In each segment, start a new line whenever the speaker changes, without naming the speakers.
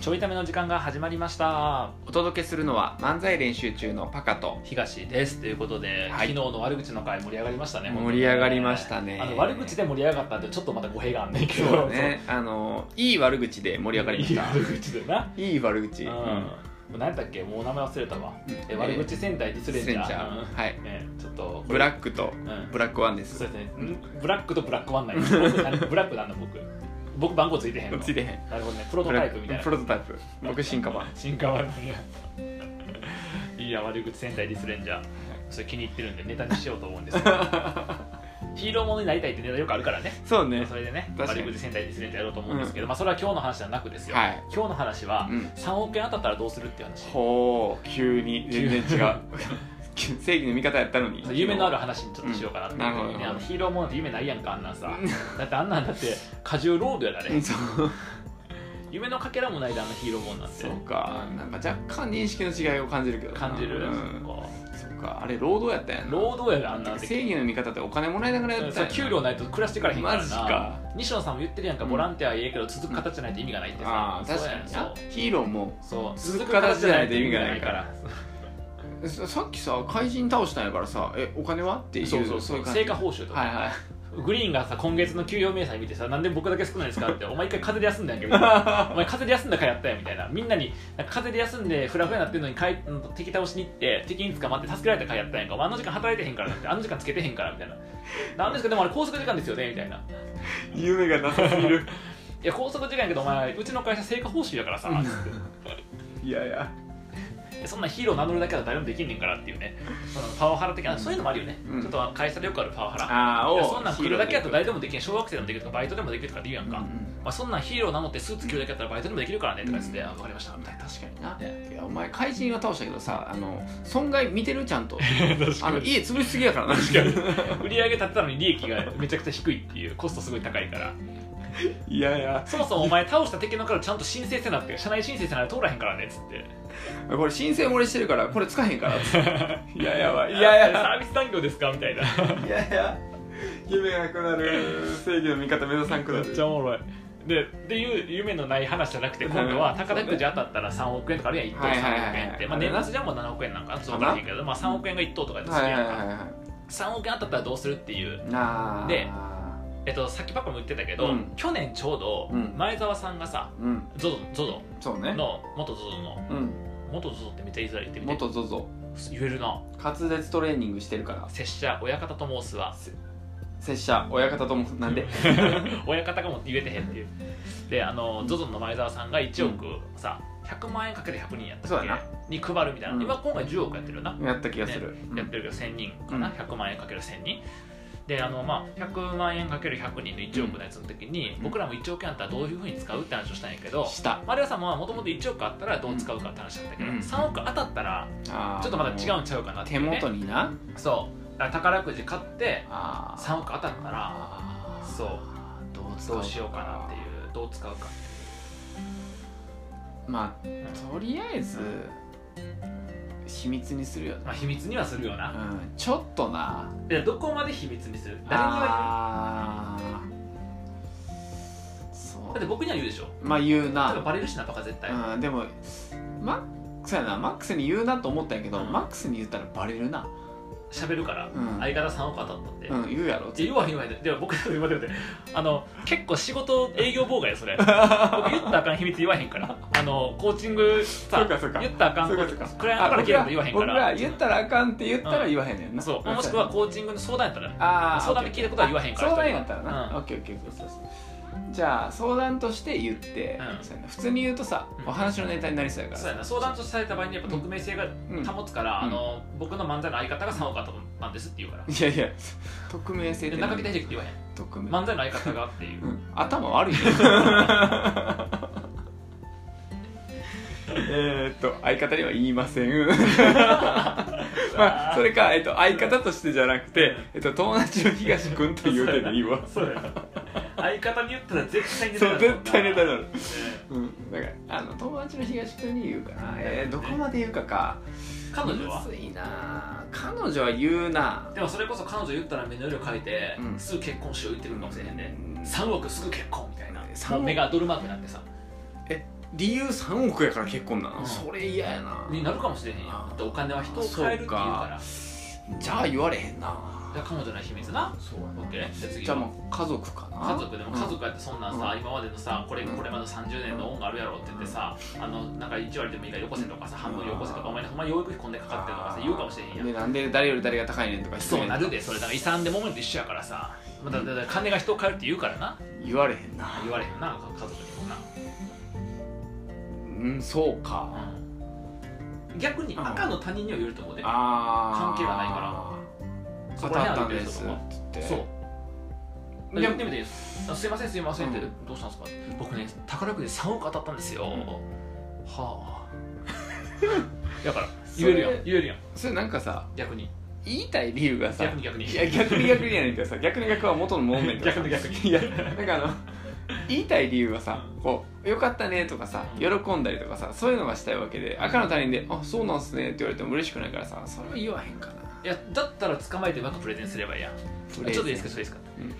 ちょいための時間が始まりました
お届けするのは漫才練習中のパカと
東ですということで、
は
昨
い
日の悪口の回盛り上がりましたね本当に
盛り上がりましたね
あの悪口で盛り上がったってちょっとまた語弊があんねんけ
そ
ど
うだねあのいい悪口で盛り上がりまし
い
た
悪口でな、
いい悪口
うん、
うん
もう何だっけもう名前忘れたわ、え悪口戦隊ディスレンジャー
ディスレンジャー
うん
はい
ね、ちょっと
ブラ
ッ
ックと
ク、うん
ブラックワンです
そうですねんブラックとブラックワンない僕何ブラックなんだ僕僕番号ついてへんの
ついてへん
なるほどねプロトタイプみたいな
プロトタイプ僕進化版
進化版いやいや悪口戦隊ディスレンジャーそれ気に入ってるんでネタにしようと思うんです けどヒーローものになりたいってネタよくあるからね
そうね
それでね
確かに
悪口戦隊ディスレンジャーやろうと思うんですけど、まあそれは今日の話じゃなくですよ、
はい
今日の話は
うん
3億円当たったらどうするっていう話
ほう急に全然違う 正義の味方やったのに
夢のある話にちょっとしようかなって、
うんなるほど
ねあのヒーローものって夢ないやんかあんなんさだってあんなんだって過重労働やだ
うん
ね
そう
夢のかけらもないであのヒーローものなんて
そうかなんか若干認識の違いを感じるけどな
感じる、
うん
こ
そうかあれ労働やったんや
う
な
労働やであんなんて
正義の味方ってお金もらいながらやったん
そう
やな
給料ないと暮らしていからへんからな
マジか
西野さんも言ってるやんか、
うん
ボランティアはいいけど続く形じゃないと意味がないってさ、
ああ
そう
確か
やん
に
そ
な
う
ヒーローも
そう
続く形じゃないと意味がないから
続く形じゃないと意味がないか
ささっきさ怪人倒したんやからさえお金はってい
ら
う
そうそうそう
いう感じ
成果報酬とか、
はいはい
グリーンがさ今月の給与明細見てさなんで僕だけ少ないんですかってお前一回風邪で休んだやんけみたい なお前風邪で休んだからやったやんみたいなみんなになんか風邪で休んでフラフラになってるのにかいうん敵倒しに行って敵に捕まって助けられたからやったやんかお前あの時間働いてへんからだってあの時間つけてへんからみたいななんですかでもあれ拘束時間ですよねみたいな
夢がなさすぎる
いや拘束時間やけどお前うちの会社成果報酬やからさつって
いやいや
そんなヒーロー名乗るだけは誰もできんねんからっていうね、そのパワハラ的な、そういうのもあるよね、
うん
ちょっと会社でよくあるパワハラ。
ああ
いや
お
そんなん来るだけやったら誰でもできん、小学生でもできるとか、バイトでもできるとかって言うやんか、
うんうん
まあ、そんなんヒーロー名乗ってスーツ着るだけやったらバイトでもできるからねとか言って、あ分かりましたみたいな。
確かにな、いやお前怪人は倒したけどさあの損害見てるちゃん とあの家潰しすぎやからな
売り上げ立てたのに利益がめちゃくちゃ低いっていうコストすごい高いから
いやいや
そもそもお前倒した敵のからちゃんと申請せなって社内申請せなら通らへんからねっつって
これ申請漏れしてるからこれ使えへんからって いやや ばい
サービス産業ですかみたいなめ
いやいや夢がなくなる正義の味方目指さんくな
っちゃおもろいでっていう夢のない話じゃなくて今度は宝くじ当たったら3億円とかあるやん1等
はいはいはい
3億円ってまあ年末ジャンボ7億円なんかなそうかもしれんけど、まあ、3億円が1等とかです
はい
る
は
や
い
ん
は
か、
いは
3億円当たったらどうするっていう、
いなあ
でえっと、さっきパパも言ってたけど、
うん
去年ちょうど
うん
前澤さんがさ
うん
ゾゾゾ
そう
ゾ
ね
の元ゾゾの
うん
元ゾゾってめっちゃ言いづらいってみて
元 ZOZO
言えるな
滑舌トレーニングしてるから
拙者親方と申すは
拙者親方ともなんで
親方がもって言えてへんっていうであの ZOZO の前澤さんが1億さ100万円かけて100人やったっけ
そうやな
に配るみたいな、
うん
今今回10億やってるよな、
やった気がする、うん
やってるけど1000人かな、
うん
100万円かける1000人であのまあ100万円かける100人の1億のやつの時に、
うん
僕らも1億円あったらどういうふうに使うって話をしたんやけど
した
丸山さんはもともと1億あったらどう使うかって話だったけど、
うん
3億当たったら
あー
ちょっとまた違うんちゃうかなってい
手
うね、
元にな
そうだから宝くじ買って
あ
3億当たったら
あー
そう
どう使
どうしようかなっていうどう使うか
まあとりあえず秘密にするよな、
まあ、秘密にはするよな
うん、ちょっとな
でどこまで秘密にする誰には
あー
言
そう
だって僕には言うでしょ
まあ言う
多分
な
バレるしなとか絶対、
うんでもマックスやなマックスに言うなと思ったんやけど、
うん
マックスに言ったらバレるな
喋るから、
うん
相方3億当たったって、
うん言うやろ
で言わへん言わへんでも僕 待って待ってあの結構仕事営業妨害よそ れ僕言ったらあかん秘密言わへんからあのコーチングさ
そうかそうか
言ったらあかん
そうかそうか
クライアントから
あ
来ること言わへんか
僕ら
ら
僕言ったらあかんって言ったら言わへんねんな、
そうもしくはコーチングの相談やったら
あー
相談で聞いたことは言わへんから
あ相談やったらな、
うん
オッケーオッケーオッケーそうそうじゃあ相談として言って、
うん
そうやな普通に言うとさ、
うん
お話のネタになりそうやから
そうやな相談とされた場合にやっぱ匿名性が
うん
保つから、
うん
あの僕の漫才の相方が3億当たったんですって言うから
いやいや匿名性って
中
何
木大輔って言わへん
匿名、
漫才の相方がっていう
うん頭悪 いねえーっと相方には言いま せんまあそれか、えっと、相方としてじゃなくて、えっと、友達の東君という手でいいわ
そうやな相方に言ったら絶対ネタ
そう絶対ネタになる
え
うん、だからあの友達の東君に言うかな、えー、どこまで言うかか
ー彼女は
むずいな彼女は言うな
でもそれこそ彼女言ったら目の色変えて、
うん
すぐ結婚しよう言ってくるかもしれへんね、
うん
3億すぐ結婚みたいな
3億
もう目がドルマークになってさ
理由3億やから結婚なの、
うん
それ嫌やな
になるかもしれへんやんだってお金は人を変えるっていうから
じゃあ言われへんな
だから彼女の秘密な
そう
オッケーじゃあ次
じゃあまあ家族かな
家族でも家
うん
族やってそんなんさ、今までのさこれこれまでの30年の恩があるやろって言ってさあのなんか1割でもいいからよこせとかさ半分よこせとかお前ほんま養育費こんでかかってるとかさ言うかもしれへんやん
でなんで誰より誰が高いねんとか失
そう
礼
なるでそれだから遺産でもめると一緒やからさまあだだだ金が人を変えるって言うからな
言われへんな
言われへんな家族にもな、
うんそうか
うん逆に
うん
赤の他人には言えると思うで
ああ
関係がない
から
そ
当
こら
たっ
辺
た
は
ん
言
で
ってる
す
と
っ
思
て
うそう
言っていや
言ってみていいですあすいませんすいませんって、
うん
どうしたんですか僕ね宝くじで3億当たったんですよ、
ん
はあだから言えるやん
それ
言えるやん
それなんかさ
逆に
言いたい理由がさ
逆に逆に
いや逆に逆にやねんけどさ逆に逆は元のもんねんけどさ
逆に逆 に
いやなんかあの言いたい理由はさこう「よかったね」とかさ喜んだりとかさそういうのがしたいわけで赤の他人で「あそうなんすね」って言われても嬉しくないからさそれは言わへんかない
やだったら捕まえてうまくプレゼンすればいいやん
ち
ちょっといいですかちょっといいですか、
うん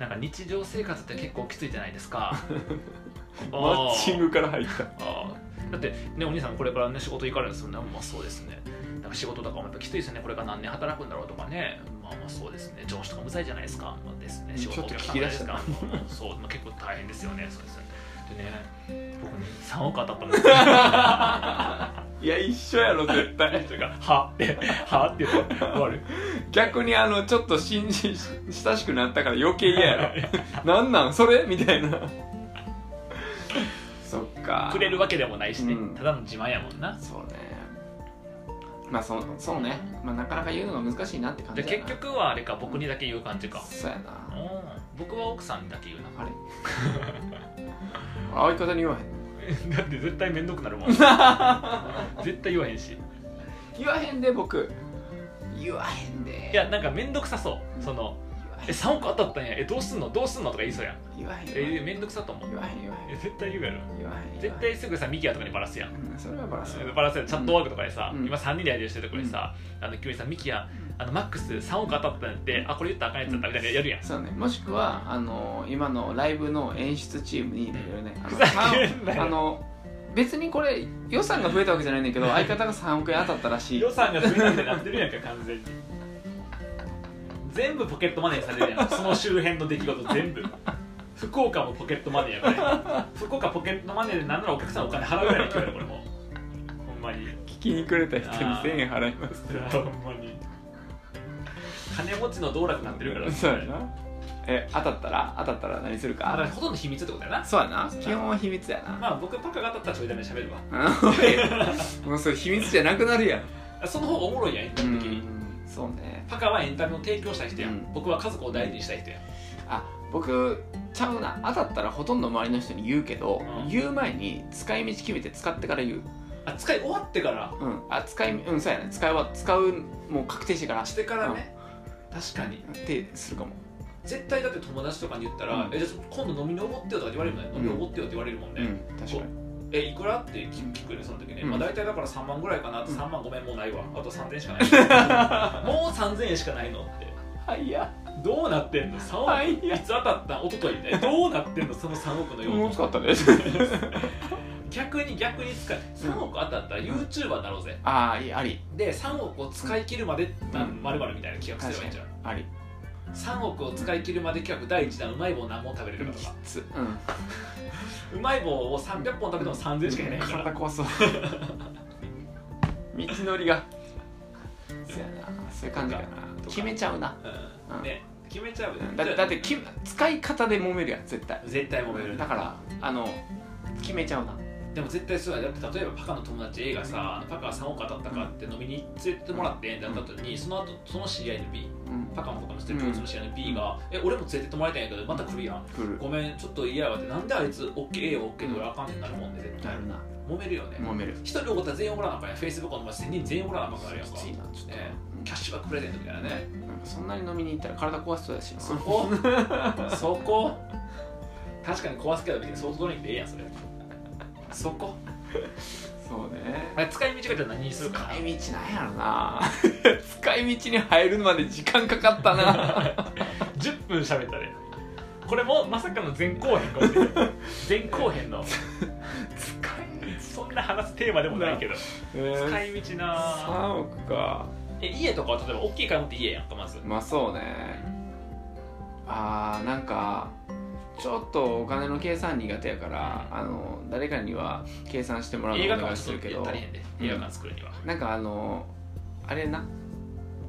なんか日常生活って結構きついじゃないですか
マッチングから入った
あーだってねお兄さんこれからね仕事行かれるんですよねまあそうですねなんか仕事とかもやっぱきついですよねこれから何年働くんだろうとかねまあまあそうですね上司とかもうざいじゃないですか、まあ、ですね仕事
ちょっと聞き出したな
お客さんがいないですからそう、まあ、結構大変ですよねそうですよねでね僕ね3億当たったん ですよ
いや一緒やろ絶対
というか「は」って「は」って言って終わる
逆にあのちょっと親し親しくなったから余計嫌やろなんなんそれみたいなそっか
くれるわけでもないしね、
うん
ただの自慢やもんな
そうねまあそそうね、まあ、なかなか言うのが難しいなって感
で
じだな
結局はあれか僕にだけ言う感じか
そうやな
うん僕は奥さんにだけ言うな
あれ あれ相方に言わへん
だって 絶対面倒くなるもん絶対言わへんし
言わへんで僕言わへんで
いやなんか面倒くさそうその
言わ
え
へん
3億当たったんやえどうすんのどうすんのとか言いそうやん
言わへん
え面倒くさと思う
言わへん言わへ
え
ん
絶対言うやろ
言わへん
絶対すぐさミキヤとかにバラすやん
うんそれはバラす
バラすやんチャットワークとかでさ、
うん
今3人でやり取りしてるとこでさ、あの急にさミキヤあのマックス3億当たったんやってあこれ言ったらあかんやつだったみたいなやるやん
そうね、もしくはあの今のライブの演出チームにいろいろねあの
ふざけんなよ
あの別にこれ予算が増えたわけじゃないんだけど相方が3億円当たったらしい
予算が増えたみたいになってるやんか完全に全部ポケットマネーされるやんその周辺の出来事全部福岡もポケットマネーやから福岡ポケットマネーでなんならお客さんお金払うぐらいの勢いやこれもうほんまに
聞きにくれた人に1000円払います
ほんまに金持ちの道楽になってるから
そうやなえ当たったら当たったら何する
あだから
か
ほとんど秘密ってことやな
そうやな基本は秘密やな
まあ僕パカが当たったらちょいだめ喋るわ
うんもうそれ秘密じゃなくなるやん
その方がおもろいやん一般的に、
そうね
パカはエンタメを提供したい人や、
うん
ん、僕は家族を大事にしたい人やん
あ僕ちゃうな当たったらほとんど周りの人に言うけど、
うん
言う前に使い道決めて使ってから言う
あ使い終わってから
うん、あ使いうんそうやね使いは使うもう確定してから
してからね、確かに
ってするかも
絶対だって友達とかに言ったら「
うん
えじゃあ今度飲みにおごってよ」とかって言われるもんね「
うん
飲みにおごってよ」って言われるもんね「
うん確かに
えいくら?」って聞聞くよねその時ね、
うん
まあ大体だから3万ぐらいかなあと
うん
3万ごめんもうないわあと3000円しかない もう3000円しかないのって
はいや
どうなってんの3億、
はい
い、つ当たったん一昨日ねどうなってんのその3億の
も
よ
う
う
使ったね
逆に逆に使い3億当たったら YouTuber になろうぜ
ああいいあり
で3億を使い切るまでな
うん
まるまるみたいな企画すればいいんじゃん
あり
3億を使い切るまで企画第1弾うまい棒何本食べれるかと
き
か
つうん
うまい棒を300本食べても3000しかいないから
体壊 そう道のりがそうやなそういう感じかな
とか
決めちゃうな、
うん
うん
ね決めちゃうよ
う
ね
ん、だってだってき使い方で揉めるやん絶対
絶対揉める
だからあの決めちゃうな
でも絶対そうやだって例えばパカの友達 A がさパカが3億当たったかって飲みに連れてってもらってだった後にその後その知り合いの B
うん
パカもパカも知ってる共通の知り合いの B が「え俺も連れてってもらいたいんやけどまた来るやん
来る
ごめんちょっと嫌やわ」ってなんであいつ OKA を OK で俺あかんねんなるもんで絶
な
対
るな
揉めるよね
揉める
一人おごったら全員おごらなあかんやん Facebook の前1000人全員おごらなあかんからやん
き
か
ついなちょっと、
ね
うん
キャッシュバックプレゼントみたいなね
なんかそんなに飲みに行ったら体壊しそうだしな
そこそこ確かに壊すけど別にソフトドリンクでええやんそれそこ
そうね
あ使い道がじゃあ何にするか
使い道なんやろな 使い道に入るまで時間かかった な
10分喋ったで これもまさかの前後編かもしれない前後編のんな話すテーマでもないけど
えー
使い道なぁ
3億か
え家とかは例えば大きい買い物って家やんかまず
まあそうねあーなんかちょっとお金の計算苦手やから、
う
あの誰かには計算してもらうの
映画
お
館
願
はい
し
ち
て
ょ
る
っと
け
や
ど
足りへんで
うん
映画館作るには
なんかあのあれな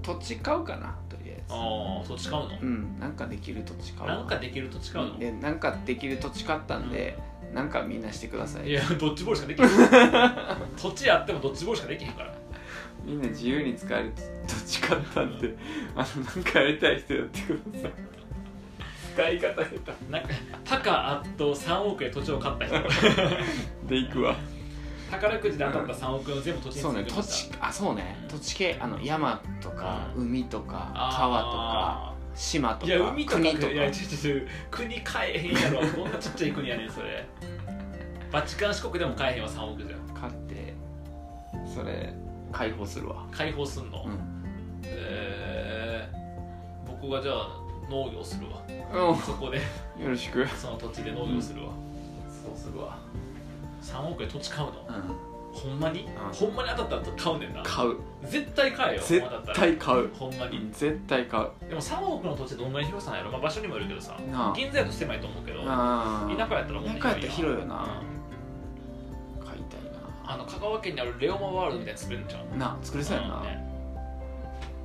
土地買うかなとりあえ
ああそっち買うの
ずうんなんかできる土地買う
なんかできると違うの
でなんかできる土地買ったんで、なんかみんなしてください
いやドッジボールしか できへん土地あってもドッジボールしかできへんから
みんな自由に使える土地買ったんであのなんかやりたい人やってください使い方下手
なんかタカアット3億円土地を買った人
でいくわ
宝くじで当たった3億円を全部土地に
そうね
作り
土
まし
地あそうね
うん
土地系あの山とか
う
海とか
た
川とか
あ
島
ー
と
い
か
や海とか
国とか
いや違う違う違う国買えへんやろこんなちっちゃい国やねんそれバチカン四国でも買えへんわ3億じゃ
買ってそれ解放するわ
解放すんの、
うん
えー、僕がじゃあ農業するわそこで
よろしく
その土地で農業するわ、
そうするわ
3億円土地買うの
うん
ほんまに、
ん
ほんまに当たったら買うねんな
買う
絶対買えよ
絶
ほんまだったら
対買う
ほんまに
絶対買う
でも3億の土地ってどんぐらいの広さなんやろ、まあ、場所にもよるけどさ
なあ
銀座やと狭いと思うけど田
あー
舎やったらもう
田舎やったら広いよ
う
なん買いたい
あの香川県にあるレオマワールドみたいなの作れるんじゃん
ななあ作れそうやな、
んね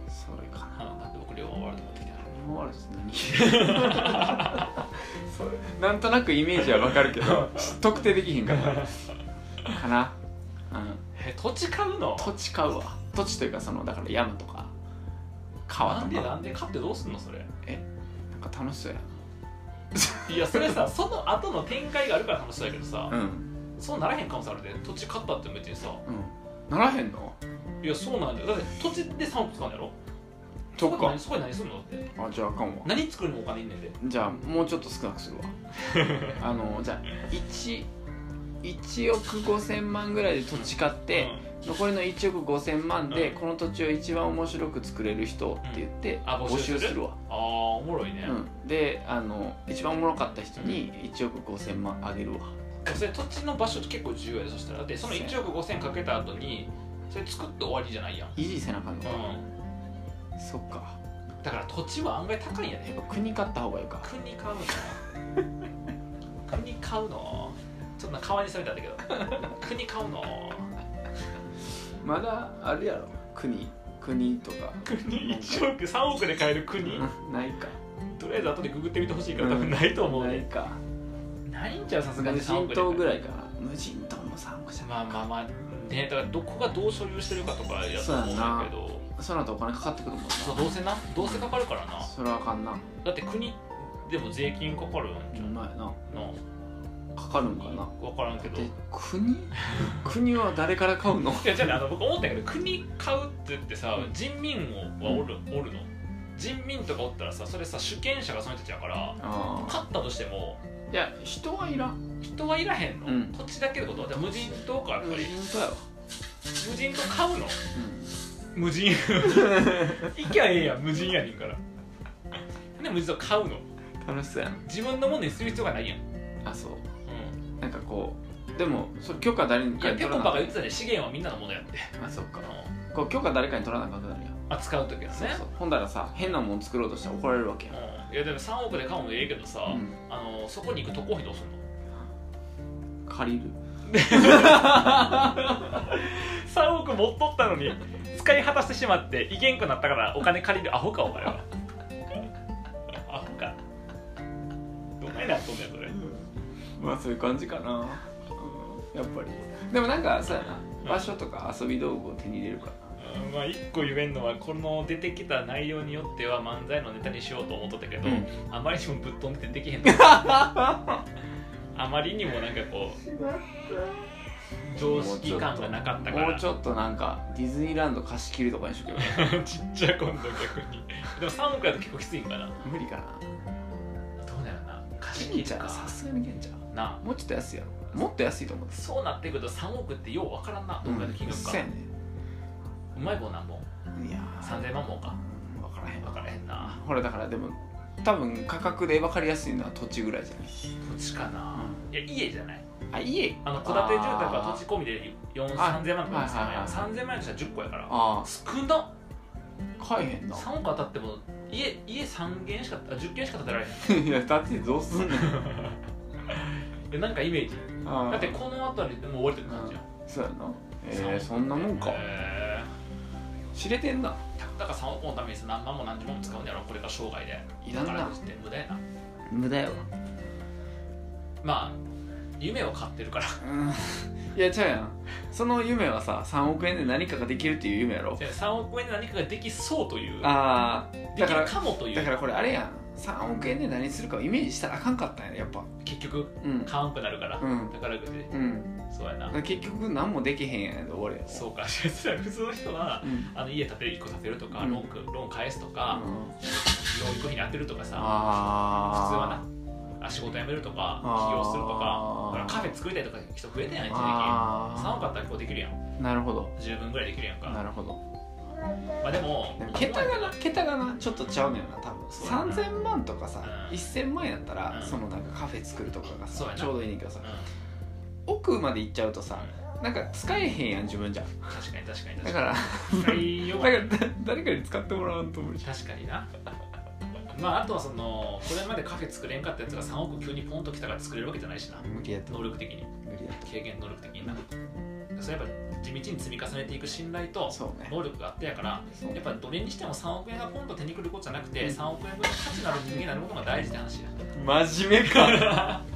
それか
うんなんで僕レオマワールド持ってきてない
日本あるです何 それなんとなくイメージはわかるけ ど特定できひんから かな、うん、
え土地買うの
土地買うわ土地というかそのだから山とか川
な
と
ん
か
で
な
なんで買ってどうすんのそれ
んか楽しそうや
いやそれ さその後の展開があるから楽しそうやけどさ、
うん
そうならへん可能性あるで土地買ったって別にさ
うんならへんの
いやそうなんだよだって土地で3億使うんやろ
そっ
こで
か
何そこで何するのだって
あじゃああかんわ
何作るのもお金いんねんで
じゃあもうちょっと少なく するわあのじゃあ1 1億5000万ぐらいで土地買って、
うん
残りの1億5000万で
うん
この土地を一番面白く作れる人って言って
あ募
募
集
集
する
するわ、
ああおもろいね、
うん、であの一番おもろかった人に1億5000万あげるわ
それ土地の場所って結構重要やでそしたらでその1億5000かけた後にそれ作って終わりじゃないやん、
維持せなあかんのか、
う
そっか
ん、だから土地は案外高いんや
や
ね
っぱ国買った方がいいか
国買うの 国買うのちょっと川に攻めたんだけど国買うの
まだあるやろ国国とか
国1億3億で買える国
うんないか
とりあえず後でググってみてほしいから多分ないと思う
ない
ね、
か
ないんちゃうさすが
無
に3
人
億で
島ぐらいかな無人島も3億じゃ
まあまあまあねだからどこがどう所有してるかとかやと思うんだけど
あその後お金かかってくるもんな
そうどうせなどうせかかるからな
それはあかんな
だって国でも税金かかるんじ
う
ゃん
まいな
の
かかるんかな
分からんけど
で国 国は誰から買うの
いやじゃあねあの僕思ったんやけど国買うって言ってさ人民をはおる,、おるの人民とかおったらさそれさ主権者がその人たちやから
あ
勝ったとしても
いや人はいらん
人はいらへんの、
うん
土地だけってことじゃあ無人島かやっぱり
当やわ、
無人島買うの無 人いきゃええやん無人やねんからで無人島買うの
楽しそうやん
自分のものにする必要がないやん、うん、
あそうなんかこうでもそれ許可誰に
い
か
や
に
ペ
取
コパ
らな
が
あ
言ってたね資源はみんなのものやって、
かんあそう
う
か
ん、
こう許可誰かに取らなあかんくなるやん
扱う時はね
そうそうほんだらさ変なもん作ろうとしたら怒られるわけやん、
うんいやでも3億で買うのええけどさ、
うん
あのそこに行く渡航費どうすんの
借りる
3億持っとったのに使い果たしてしまっていけんくなったからお金借りるアホかお前はアホかどないなっとんねんそれ
まあそういう感じかな、やっぱりでもなんかそうやな場所とか遊び道具を手に入れるか
うんまあ1個言えんのはこの出てきた内容によっては漫才のネタにしようと思っとったけど、
うん
あまりにもぶっ飛んでてで きへんのあまりにもなんかこう常識感がなかった
な
から
もうちょっとなんかディズニーランド貸し切るとかにしとけ ば
ちっちゃい今度逆にでも3億だと結構きついんかなど
無理かな
うだよな貸し切
金
り
ちゃん
か
がさすがに金ちゃん
な
もうちょっと安いやろもっと安いと思うん
あ
です
そうなってくると3億ってようわからんなどんぐらいの金額か、
そうやね
うまい棒なんもん
いやー
3000万もんか
うん分からへん
分
わ
からへんな
ほらだからでも多分価格で分かりやすいのは土地ぐらいじゃない
土地かないや家じゃない
あ家
あの戸建て住宅は土地込みで4 3000万とかですよね
はいはいはい
3000万円としたら10個やから
あ
少な
あ買えへんな
3億当たっても家家3軒しかあ10軒しか建てられへん
いやだってどうすんの
えなんかイメージ
ああ
だってこの辺りでもう終わりって感じやん
そうやなえー、そんなもんか
へ
知れてんな
ーただから3億のために何万も何十万も使うんやろこれが生涯で
いらんな
だからとして無駄やな
無駄よ
まあ夢を買って るから
うんいやちゃうやんその夢はさ3億円で何かができるっていう夢やろ
で3億円で何かができそうという
ああ
で
だ
きる
から
かもとい
だか
う
らこれあれやん3億円で何するかをイメージしたらあかんかったんややっぱ
結局
うん
買わんくなるから、
うん
だから
うん
そうやな
だから結局何もできへんやんで俺やろ
そうか普通の人は
うん
あの家建てる1個建てるとか、
うん
ローンローン返すと
あ
か、養育費に当てるとかさ普
あ
通はなあ仕事辞めるとか
あー
起業するとかだからカフェ作りたいとか人増えたやん一時期3
あ
億あったらこうできるやん
あなるほど
十分ぐらいできるやん
な
か
るほど
まあでも
でも桁が な桁がなちょっとちゃうのよな多分
そうやな
3000万とかさ
うん
1000万やったら
うん
そのなんかカフェ作るとかが
そうや
さ
な
ちょうどいいねんけどさ
うん
奥まで行っちゃうとさなんか使えへんやん自分じゃ
確かに確かに
だ
確
か
からに使いよ
だ
うが
からだ誰かに使ってもらわんと無理じ
確かになまああとはそのこれまでカフェ作れんかったやつが3億急にポンときたから作れるわけじゃないしな
ゃん無理やと
能力的に
無理や
軽減能力的になそれやっぱ地道に積み重ねていく信頼と
とそうね
能力があってやから
そう
やっぱどれにしても3億円がポンと手にくることじゃなくて
うん
3億円分の価値のある人間になることが大事って話や
真面目か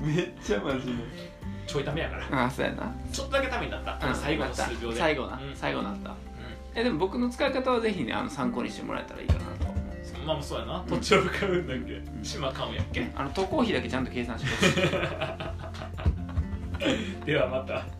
めっちゃ真面目
ちょいためやから
ああそうやな
ちょっとだけためになった最後の数秒
なった
で
最後な、
うん
最後なったえでも僕の使い方はぜひねあの参考にしてもらえたらいいかなと思うんですけ
う
ど
んまあそうやな土地を買うんだっけ
ん
島買うんやっけ
あの渡航費だけちゃんと計算してほしい
ではまた